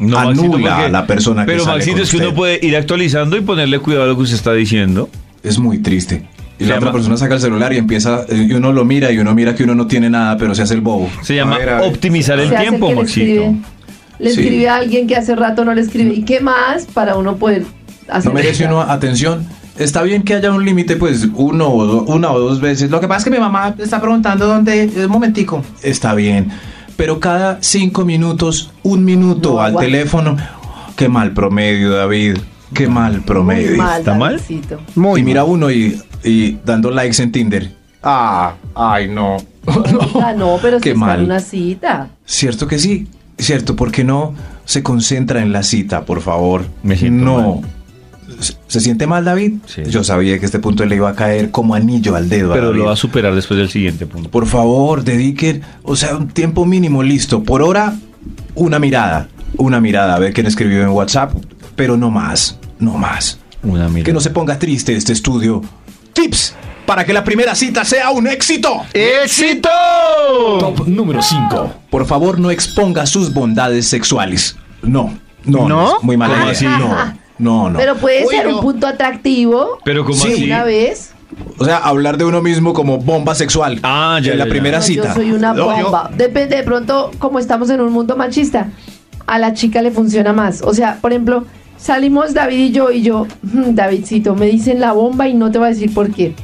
[SPEAKER 6] Anula
[SPEAKER 2] porque-
[SPEAKER 6] a la persona que
[SPEAKER 2] Pero
[SPEAKER 6] sale
[SPEAKER 2] Maxito
[SPEAKER 6] con
[SPEAKER 2] es que uno
[SPEAKER 6] usted.
[SPEAKER 2] puede ir actualizando y ponerle cuidado a lo que usted está diciendo.
[SPEAKER 6] Es muy triste. Y
[SPEAKER 2] Se
[SPEAKER 6] la
[SPEAKER 2] llama-
[SPEAKER 6] otra persona saca el celular y empieza, eh, y uno lo mira y uno mira que uno no tiene nada, pero se hace el bobo.
[SPEAKER 2] Se
[SPEAKER 6] A
[SPEAKER 2] llama
[SPEAKER 6] ver, a ver.
[SPEAKER 2] optimizar el
[SPEAKER 5] Se hace
[SPEAKER 2] tiempo,
[SPEAKER 5] que le
[SPEAKER 2] Maxito.
[SPEAKER 5] escribe, le
[SPEAKER 6] Sí.
[SPEAKER 5] escribe a alguien que hace rato no le escribe. ¿Y qué más para uno poder hacer?
[SPEAKER 6] No merece uno atención. Está bien que haya un límite, pues uno o do- una o dos veces. Lo que pasa es que mi mamá está preguntando dónde. eh, Un momentico. Está bien. Pero cada cinco minutos, un minuto
[SPEAKER 5] No,
[SPEAKER 6] al
[SPEAKER 5] aguanta.
[SPEAKER 6] teléfono. Qué mal promedio, David. Qué mal
[SPEAKER 5] Muy
[SPEAKER 6] promedio.
[SPEAKER 5] mal,
[SPEAKER 2] ¿Está mal?
[SPEAKER 5] Davidcito.
[SPEAKER 6] y mira uno y y dando likes en Tinder. Ah, ay, no.
[SPEAKER 5] Ah, no, pero
[SPEAKER 6] Qué
[SPEAKER 5] si está
[SPEAKER 6] mal.
[SPEAKER 5] en una cita.
[SPEAKER 6] Cierto que sí, cierto, porque no se concentra en la cita, por favor.
[SPEAKER 2] Me siento
[SPEAKER 6] no. ¿Se- ¿Se siente mal, David?
[SPEAKER 2] Sí.
[SPEAKER 6] Yo sabía que este punto le iba a caer como anillo al dedo. a
[SPEAKER 2] Pero lo
[SPEAKER 6] David.
[SPEAKER 2] va a superar después del siguiente punto.
[SPEAKER 6] Por favor, dediquen, o sea, un tiempo mínimo, listo. Por hora, una mirada. Una mirada, a ver quién escribió en WhatsApp. Pero no más, no más.
[SPEAKER 2] Una mirada.
[SPEAKER 6] Que no se ponga triste este estudio. Tips para que la primera cita sea un éxito.
[SPEAKER 2] ¡Éxito!
[SPEAKER 8] Top número 5.
[SPEAKER 6] Por favor, no exponga sus bondades sexuales. No, no, no. es muy mala
[SPEAKER 2] ¿Cómo
[SPEAKER 6] idea.
[SPEAKER 2] así?
[SPEAKER 6] No, no, no.
[SPEAKER 5] Pero puede ser
[SPEAKER 6] Bueno.
[SPEAKER 5] un punto atractivo.
[SPEAKER 2] Pero como
[SPEAKER 6] Sí.
[SPEAKER 2] así.
[SPEAKER 5] Una vez.
[SPEAKER 6] O sea, hablar de uno mismo como bomba sexual.
[SPEAKER 2] Ah, ya,
[SPEAKER 6] En la
[SPEAKER 2] ya, ya.
[SPEAKER 6] primera
[SPEAKER 5] No,
[SPEAKER 6] cita.
[SPEAKER 5] Yo soy una
[SPEAKER 6] No, yo-
[SPEAKER 5] bomba. Depende, de pronto, como estamos en un mundo machista, a la chica le funciona más. O sea, por ejemplo, salimos David y yo, y yo, "Mm, Davidcito, me dicen la bomba y no te voy a decir por qué.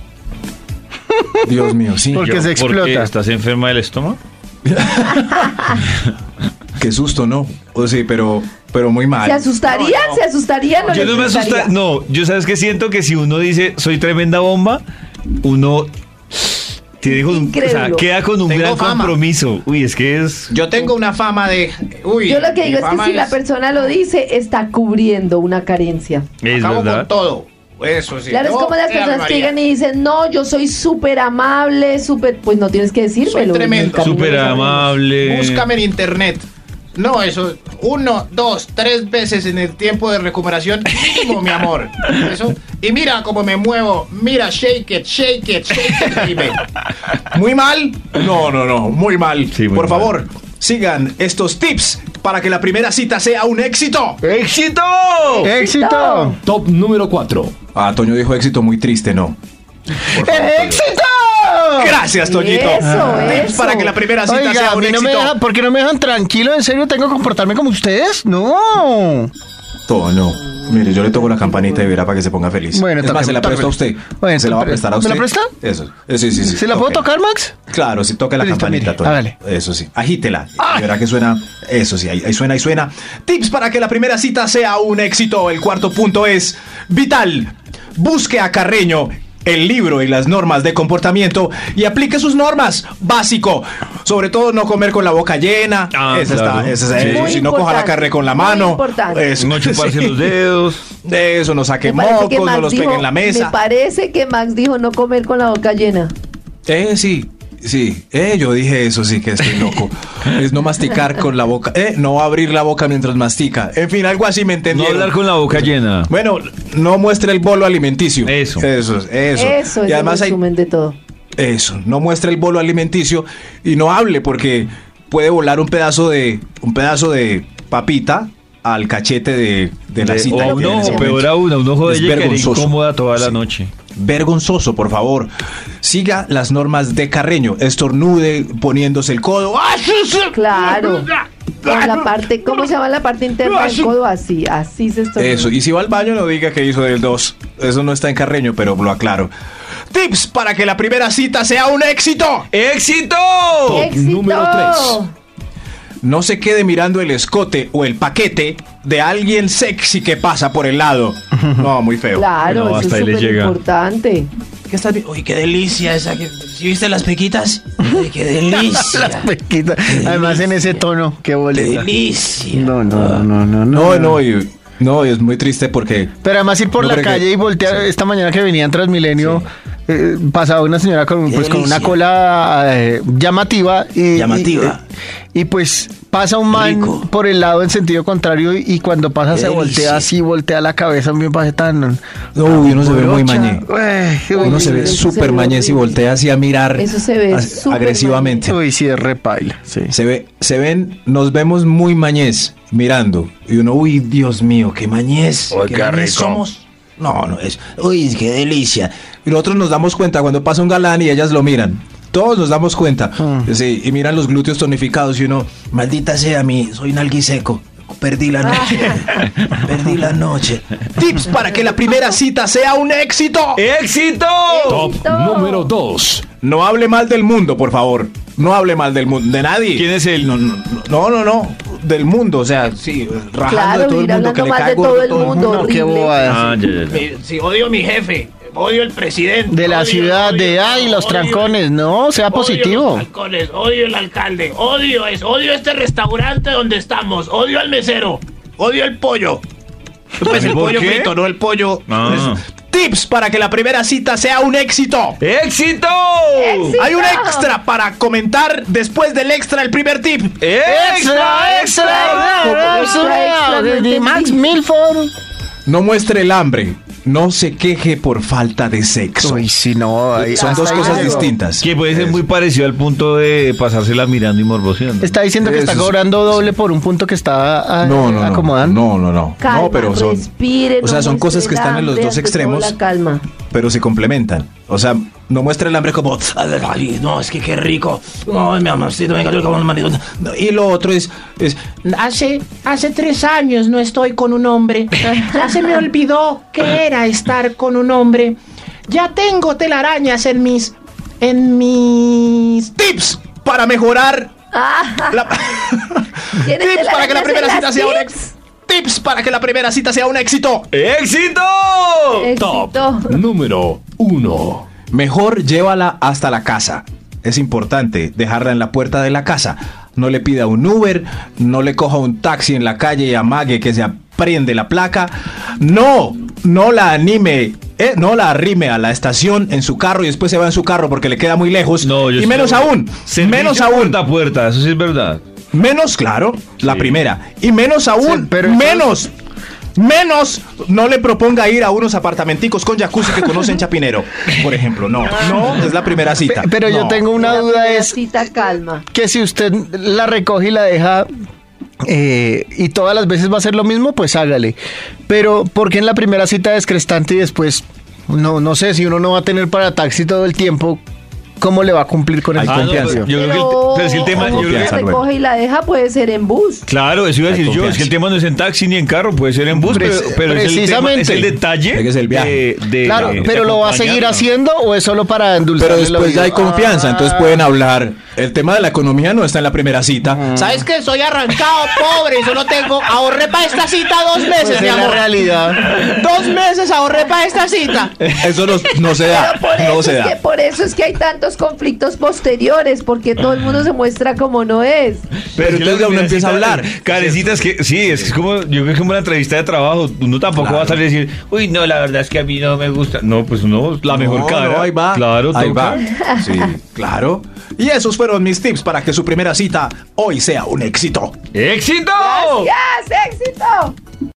[SPEAKER 6] Dios mío, sí.
[SPEAKER 2] Yo,
[SPEAKER 10] Porque se
[SPEAKER 2] ¿por
[SPEAKER 10] explota.
[SPEAKER 2] qué? ¿Estás enferma del estómago?
[SPEAKER 6] Qué susto, ¿no? O sí, pero, pero muy mal.
[SPEAKER 5] ¿Se asustaría? ¿Se asustaría? No
[SPEAKER 2] Yo
[SPEAKER 5] le
[SPEAKER 2] no me
[SPEAKER 5] gustaría.
[SPEAKER 2] asusta. No, yo sabes que siento que si uno dice soy tremenda bomba, uno tiene un- o sea,
[SPEAKER 5] Incrédulo.
[SPEAKER 2] queda con un
[SPEAKER 9] Tengo
[SPEAKER 2] gran
[SPEAKER 9] fama.
[SPEAKER 2] compromiso. Uy, es que es.
[SPEAKER 9] Yo tengo una fama de. Uy,
[SPEAKER 5] Yo lo que
[SPEAKER 9] mi
[SPEAKER 5] digo es que
[SPEAKER 9] fama
[SPEAKER 5] si la persona lo dice, está cubriendo una carencia.
[SPEAKER 2] Es
[SPEAKER 9] acabo
[SPEAKER 2] verdad.
[SPEAKER 9] con todo. Eso sí.
[SPEAKER 5] Claro, es
[SPEAKER 9] Yo,
[SPEAKER 5] como
[SPEAKER 6] eh,
[SPEAKER 5] las
[SPEAKER 9] Ave
[SPEAKER 5] personas que
[SPEAKER 9] María.
[SPEAKER 5] llegan y dicen, no, yo soy súper amable, súper... Pues no tienes que decírmelo. en el
[SPEAKER 9] tremendo.
[SPEAKER 5] camino
[SPEAKER 2] Súper
[SPEAKER 5] lo sabemos.
[SPEAKER 2] amable.
[SPEAKER 9] Búscame en internet. No, eso. Uno, dos, tres veces en el tiempo de recuperación mínimo, mi amor. Eso. Y mira cómo me muevo. Mira, shake it, shake it, shake it. baby.
[SPEAKER 6] Muy mal. No, no, no, muy mal.
[SPEAKER 2] Sí, muy
[SPEAKER 6] Por
[SPEAKER 2] mal.
[SPEAKER 6] favor, sigan estos tips para que la primera cita sea un éxito.
[SPEAKER 10] Eh,
[SPEAKER 2] ¡Éxito!
[SPEAKER 6] oh.
[SPEAKER 10] ¡Éxito!
[SPEAKER 8] Top número 4.
[SPEAKER 6] Ah, Toño dijo éxito muy triste, no.
[SPEAKER 10] ¡Éxito!
[SPEAKER 6] ¡Eh, Gracias, Toñito.
[SPEAKER 5] Eso,
[SPEAKER 6] Tips
[SPEAKER 5] eso.
[SPEAKER 6] para que la primera cita
[SPEAKER 10] Oiga,
[SPEAKER 6] sea
[SPEAKER 10] a
[SPEAKER 6] un
[SPEAKER 10] mí no
[SPEAKER 6] éxito.
[SPEAKER 10] me dejan, ¿por qué no me dejan tranquilo? ¿En serio tengo que comportarme como ustedes? No.
[SPEAKER 6] Toño, mire, yo le toco la campanita y verá para que se ponga feliz.
[SPEAKER 10] Bueno,
[SPEAKER 6] es
[SPEAKER 10] tóqueme,
[SPEAKER 6] más, se la presto a usted.
[SPEAKER 10] tóqueme. Bueno,
[SPEAKER 6] se la va a
[SPEAKER 10] tóqueme.
[SPEAKER 6] prestar a
[SPEAKER 10] ¿Me
[SPEAKER 6] usted.
[SPEAKER 10] la presta?
[SPEAKER 6] Eso. Eh, Sí, sí, sí.
[SPEAKER 10] ¿Se la puedo
[SPEAKER 6] toque.
[SPEAKER 10] tocar, Max?
[SPEAKER 6] Claro, si toca la
[SPEAKER 10] Listo,
[SPEAKER 6] campanita,
[SPEAKER 10] mire,
[SPEAKER 5] Ah,
[SPEAKER 6] Toño.
[SPEAKER 10] hágale.
[SPEAKER 6] Eso sí. Agítela. Y Verá que suena. Eso sí, ahí, ahí suena, ahí suena. Tips para que la primera cita sea un éxito. El cuarto punto es vital. Busque a Carreño el libro y las normas de comportamiento y aplique sus normas. Básico. Sobre todo no comer con la boca llena.
[SPEAKER 2] Ah,
[SPEAKER 6] esa
[SPEAKER 2] claro.
[SPEAKER 6] está, esa es-
[SPEAKER 2] Sí.
[SPEAKER 6] eh,
[SPEAKER 5] Muy
[SPEAKER 6] si no coja la
[SPEAKER 5] importante,
[SPEAKER 6] carne con la
[SPEAKER 5] muy
[SPEAKER 6] mano.
[SPEAKER 5] importante.
[SPEAKER 6] Eso,
[SPEAKER 2] No chuparse
[SPEAKER 6] sí.
[SPEAKER 2] los dedos.
[SPEAKER 6] De eso, no saque
[SPEAKER 5] Me parece que
[SPEAKER 6] mocos, no
[SPEAKER 5] Max
[SPEAKER 6] los
[SPEAKER 5] dijo-
[SPEAKER 6] pegue en la
[SPEAKER 5] Me
[SPEAKER 6] mesa.
[SPEAKER 5] parece que Max dijo no comer con la boca llena.
[SPEAKER 6] Eh, sí, sí. Eh, yo dije eso, sí que estoy loco. es no masticar con la boca. Eh, no abrir la boca mientras mastica. En fin, algo así me
[SPEAKER 2] No
[SPEAKER 6] entendieron.
[SPEAKER 2] hablar con la boca llena.
[SPEAKER 6] Bueno, no muestre el bolo alimenticio.
[SPEAKER 2] Eso.
[SPEAKER 6] Eso, eso.
[SPEAKER 5] Eso, es
[SPEAKER 6] y
[SPEAKER 5] el
[SPEAKER 6] además hay...
[SPEAKER 5] resumen de todo.
[SPEAKER 6] Eso, no muestre el bolo alimenticio y no hable porque puede volar un pedazo de... Un pedazo de papita al cachete de, de la
[SPEAKER 2] De-
[SPEAKER 6] cita.
[SPEAKER 2] o a
[SPEAKER 6] que
[SPEAKER 2] un
[SPEAKER 6] tiene en ese
[SPEAKER 2] ojo,
[SPEAKER 6] momento.
[SPEAKER 2] peor aún, a un ojo de
[SPEAKER 6] Es
[SPEAKER 2] ella que le
[SPEAKER 6] vergonzoso.
[SPEAKER 2] incómoda toda la
[SPEAKER 6] Sí.
[SPEAKER 2] noche.
[SPEAKER 6] Vergonzoso, por favor. Siga las normas de Carreño. Estornude poniéndose el codo. ¡Ah!
[SPEAKER 5] Claro. Con la parte, ¿cómo se llama la parte interna del codo? Así, así se estornuda.
[SPEAKER 6] Eso. Y si va al baño, no diga que hizo del 2. Eso no está en Carreño, pero lo aclaro. Tips para que la primera cita sea un éxito.
[SPEAKER 2] ¡Éxito!
[SPEAKER 5] ¡Éxito!
[SPEAKER 8] número tres.
[SPEAKER 6] No se quede mirando el escote o el paquete de alguien sexy que pasa por el lado. No, muy feo.
[SPEAKER 5] Claro,
[SPEAKER 2] No,
[SPEAKER 5] eso
[SPEAKER 2] hasta
[SPEAKER 5] es
[SPEAKER 2] ahí le
[SPEAKER 5] súper
[SPEAKER 2] llega.
[SPEAKER 5] importante.
[SPEAKER 9] ¿Qué estás vi- Uy, qué delicia esa. que- ¿Sí viste las pequitas? Uy, qué delicia.
[SPEAKER 10] Pequita. Además en ese tono, qué
[SPEAKER 9] qué
[SPEAKER 10] boleta.
[SPEAKER 9] delicia.
[SPEAKER 10] No, no, no, no,
[SPEAKER 6] No, no, y- no, y es muy triste porque
[SPEAKER 10] Pero además ir por
[SPEAKER 6] No,
[SPEAKER 10] la
[SPEAKER 6] pero que-
[SPEAKER 10] calle y voltear, esta mañana que venía en Transmilenio, eh, pasaba una señora con,
[SPEAKER 9] Qué
[SPEAKER 10] pues, con una
[SPEAKER 9] delicia.
[SPEAKER 10] cola eh, llamativa. Y,
[SPEAKER 9] Llamativa.
[SPEAKER 10] Y, y, pues pasa un man
[SPEAKER 9] Rico.
[SPEAKER 10] por el lado en sentido contrario y, y cuando pasa
[SPEAKER 9] Qué
[SPEAKER 10] se voltea
[SPEAKER 9] delicia.
[SPEAKER 10] así, voltea la cabeza, a mí me parece tan...
[SPEAKER 6] Uy, uno se ve muy
[SPEAKER 10] morocha.
[SPEAKER 6] mañé.
[SPEAKER 10] Uy, qué
[SPEAKER 6] uno se ve
[SPEAKER 5] eso se
[SPEAKER 6] súper
[SPEAKER 5] ve
[SPEAKER 6] mañez y
[SPEAKER 5] horrible.
[SPEAKER 6] voltea así a mirar
[SPEAKER 5] Eso se ve
[SPEAKER 6] as-
[SPEAKER 5] súper
[SPEAKER 6] agresivamente.
[SPEAKER 10] Uy, sí, es repaila. Sí.
[SPEAKER 6] Se ve, se ven, nos vemos muy mañez mirando. Y uno, uy, Dios mío, qué mañez.
[SPEAKER 9] Uy, qué
[SPEAKER 6] mañez
[SPEAKER 9] rico.
[SPEAKER 6] somos. No, no, es. Uy, qué delicia. Y nosotros nos damos cuenta cuando pasa un galán y ellas lo miran. Todos nos damos cuenta. Sí, y miran los glúteos tonificados y uno, maldita sea mi, soy nalguiseco. Perdí la noche. Perdí la noche. Tips para que la primera cita sea un éxito.
[SPEAKER 2] Eh, ¡Éxito!
[SPEAKER 8] Top número 2.
[SPEAKER 6] No hable mal del mundo, por favor. No hable mal del mundo, de nadie.
[SPEAKER 2] ¿Quién es él?
[SPEAKER 6] No, no, no, no, no, del mundo, o sea, sí, rajando
[SPEAKER 5] Claro,
[SPEAKER 6] de todo el
[SPEAKER 5] ir
[SPEAKER 6] mundo, que
[SPEAKER 5] hablando
[SPEAKER 6] le
[SPEAKER 5] mal
[SPEAKER 6] cae
[SPEAKER 5] de
[SPEAKER 6] gordo
[SPEAKER 5] todo el
[SPEAKER 6] todo el
[SPEAKER 5] mundo.
[SPEAKER 10] No, qué
[SPEAKER 5] horrible.
[SPEAKER 10] bobada.
[SPEAKER 2] Ah, ya, ya, ya.
[SPEAKER 9] Eh, Si Eh, odio a mi jefe, Odio el presidente.
[SPEAKER 3] De la
[SPEAKER 9] odio,
[SPEAKER 3] ciudad,
[SPEAKER 9] odio,
[SPEAKER 3] de ay, los
[SPEAKER 9] odio-
[SPEAKER 3] trancones. No, sea
[SPEAKER 9] Odio
[SPEAKER 3] positivo.
[SPEAKER 9] los balcones, odio el alcalde, odio es, odio este restaurante donde estamos, odio al mesero, odio el pollo.
[SPEAKER 11] Pues el
[SPEAKER 2] ¿Por
[SPEAKER 11] pollo
[SPEAKER 2] qué?
[SPEAKER 11] frito, no el pollo.
[SPEAKER 2] Ah.
[SPEAKER 11] Tips para que la primera cita sea un éxito.
[SPEAKER 2] ¡Éxito!
[SPEAKER 11] Hay un extra para comentar después del extra el primer tip.
[SPEAKER 3] Extra, extra,
[SPEAKER 5] Como extra, extra,
[SPEAKER 3] extra.
[SPEAKER 5] no
[SPEAKER 3] de Max
[SPEAKER 5] entendí.
[SPEAKER 3] Milford.
[SPEAKER 6] No muestre el hambre. No se queje por falta de sexo.
[SPEAKER 3] Uy, sí, no. ahí-
[SPEAKER 6] Son dos
[SPEAKER 3] hasta ahí
[SPEAKER 6] cosas
[SPEAKER 3] llegó.
[SPEAKER 6] distintas.
[SPEAKER 2] Que puede ser muy parecido al punto de pasársela mirando y morboseando.
[SPEAKER 3] Está diciendo que está
[SPEAKER 6] Eso es-
[SPEAKER 3] cobrando doble por un punto que está ah,
[SPEAKER 6] No, no, no.
[SPEAKER 3] acomodando.
[SPEAKER 6] No, no, no.
[SPEAKER 5] Calma,
[SPEAKER 6] no, pero son.
[SPEAKER 5] respire,
[SPEAKER 6] o sea,
[SPEAKER 5] no
[SPEAKER 6] son cosas que
[SPEAKER 5] muestre
[SPEAKER 6] están en los
[SPEAKER 5] hambre,
[SPEAKER 6] dos
[SPEAKER 5] ante todo
[SPEAKER 6] extremos,
[SPEAKER 5] pues, La calma.
[SPEAKER 6] pero se complementan. O sea, no muestra el hambre como.
[SPEAKER 9] Ay, no, es que qué rico. Ay, mi amorcito, me cayó el cabrón marido.
[SPEAKER 6] "No", Y lo otro es. es
[SPEAKER 9] Hace, hace tres años no estoy con un hombre. Ya
[SPEAKER 11] Ah,
[SPEAKER 9] se me olvidó que era estar con un hombre. Ya tengo telarañas en mis. en mis.
[SPEAKER 11] Tips para mejorar
[SPEAKER 5] Ah,
[SPEAKER 11] la-
[SPEAKER 5] ¿Tiene
[SPEAKER 11] tips para que la
[SPEAKER 5] telarañas
[SPEAKER 11] primera
[SPEAKER 5] en
[SPEAKER 11] cita
[SPEAKER 5] las
[SPEAKER 11] sea un
[SPEAKER 5] tips?
[SPEAKER 11] éxito. Tips para que la primera cita sea un éxito.
[SPEAKER 2] ¡Éxito!
[SPEAKER 12] Top
[SPEAKER 5] éxito.
[SPEAKER 12] número uno.
[SPEAKER 6] Mejor llévala hasta la casa. Es importante dejarla en la puerta de la casa. No le pida un Uber, no le coja un taxi en la calle y amague que se aprende la placa. No, no la anime, eh, no la arrime a la estación en su carro y después se va en su carro porque le queda muy lejos.
[SPEAKER 2] No, yo
[SPEAKER 6] y
[SPEAKER 2] sí
[SPEAKER 6] menos
[SPEAKER 2] lo-
[SPEAKER 6] aún,
[SPEAKER 2] Servicio
[SPEAKER 6] menos aún,
[SPEAKER 2] Puerta a puerta, eso sí es verdad.
[SPEAKER 6] menos, claro, la
[SPEAKER 2] Sí.
[SPEAKER 6] primera. Y menos aún,
[SPEAKER 3] Sí, pero eso
[SPEAKER 6] menos, menos, no le proponga ir a unos apartamenticos con jacuzzi que conoce en Chapinero, por ejemplo. No,
[SPEAKER 5] Ah.
[SPEAKER 6] no, es la primera cita.
[SPEAKER 3] Pe- Pero yo
[SPEAKER 6] No.
[SPEAKER 3] tengo una
[SPEAKER 5] La
[SPEAKER 3] duda
[SPEAKER 5] primera
[SPEAKER 3] es
[SPEAKER 5] Cita calma.
[SPEAKER 3] que si usted la recoge y la deja eh, y todas las veces va a ser lo mismo, pues hágale. Pero ¿por qué en la primera cita es crestante y después no no sé si uno no va a tener para taxi todo el tiempo, cómo le va a cumplir con
[SPEAKER 6] Hay
[SPEAKER 3] el
[SPEAKER 2] Ah, no,
[SPEAKER 6] confianza.
[SPEAKER 2] pero yo creo que el, pero es que el tema. yo
[SPEAKER 5] o
[SPEAKER 2] creo
[SPEAKER 5] la
[SPEAKER 2] que-
[SPEAKER 6] confianza, luego.
[SPEAKER 5] recoge y la deja puede ser en bus.
[SPEAKER 2] claro, eso iba a
[SPEAKER 6] Hay
[SPEAKER 2] decir yo. Es que el
[SPEAKER 6] confianza.
[SPEAKER 2] tema no es en taxi ni en carro, puede ser en bus, pero,
[SPEAKER 3] Preci-
[SPEAKER 2] pero es, el tema- es
[SPEAKER 3] precisamente.
[SPEAKER 2] el detalle.
[SPEAKER 6] Es el viaje.
[SPEAKER 2] de- de-
[SPEAKER 3] Claro,
[SPEAKER 2] de
[SPEAKER 3] pero lo va a seguir
[SPEAKER 2] acompañarla.
[SPEAKER 3] haciendo o es solo para endulzar
[SPEAKER 6] Pero después ya hay confianza, entonces
[SPEAKER 5] Ah.
[SPEAKER 6] pueden hablar. El tema de la economía no está en la primera
[SPEAKER 3] Ah.
[SPEAKER 6] cita.
[SPEAKER 9] ¿Sabes qué? Soy arrancado, pobre, y solo tengo. Ahorré para esta cita dos meses, mi
[SPEAKER 3] Pues la
[SPEAKER 9] amor.
[SPEAKER 3] realidad.
[SPEAKER 9] Dos meses ahorré para esta cita.
[SPEAKER 6] Eso no, no se da.
[SPEAKER 5] Pero por,
[SPEAKER 6] No
[SPEAKER 5] eso
[SPEAKER 6] se
[SPEAKER 5] es que,
[SPEAKER 6] da.
[SPEAKER 5] por eso es que hay tantos conflictos posteriores, porque todo el mundo se muestra como no es.
[SPEAKER 2] Pero
[SPEAKER 6] Pero
[SPEAKER 2] entonces
[SPEAKER 6] entonces
[SPEAKER 2] ya
[SPEAKER 6] uno empieza a hablar.
[SPEAKER 2] Carecitas que, sí, es que es como, yo creo que es como una entrevista de trabajo. Uno tampoco va a salir a decir, uy, no, la verdad es que a mí no me gusta. No, pues no, la mejor
[SPEAKER 6] No,
[SPEAKER 2] cara.
[SPEAKER 6] no, ahí va.
[SPEAKER 2] Claro,
[SPEAKER 6] ahí
[SPEAKER 2] toca.
[SPEAKER 6] va. Sí, claro. Y esos fueron mis tips para que su primera cita hoy sea un éxito.
[SPEAKER 2] ¡Éxito!
[SPEAKER 5] ¡Yes! ¡Éxito!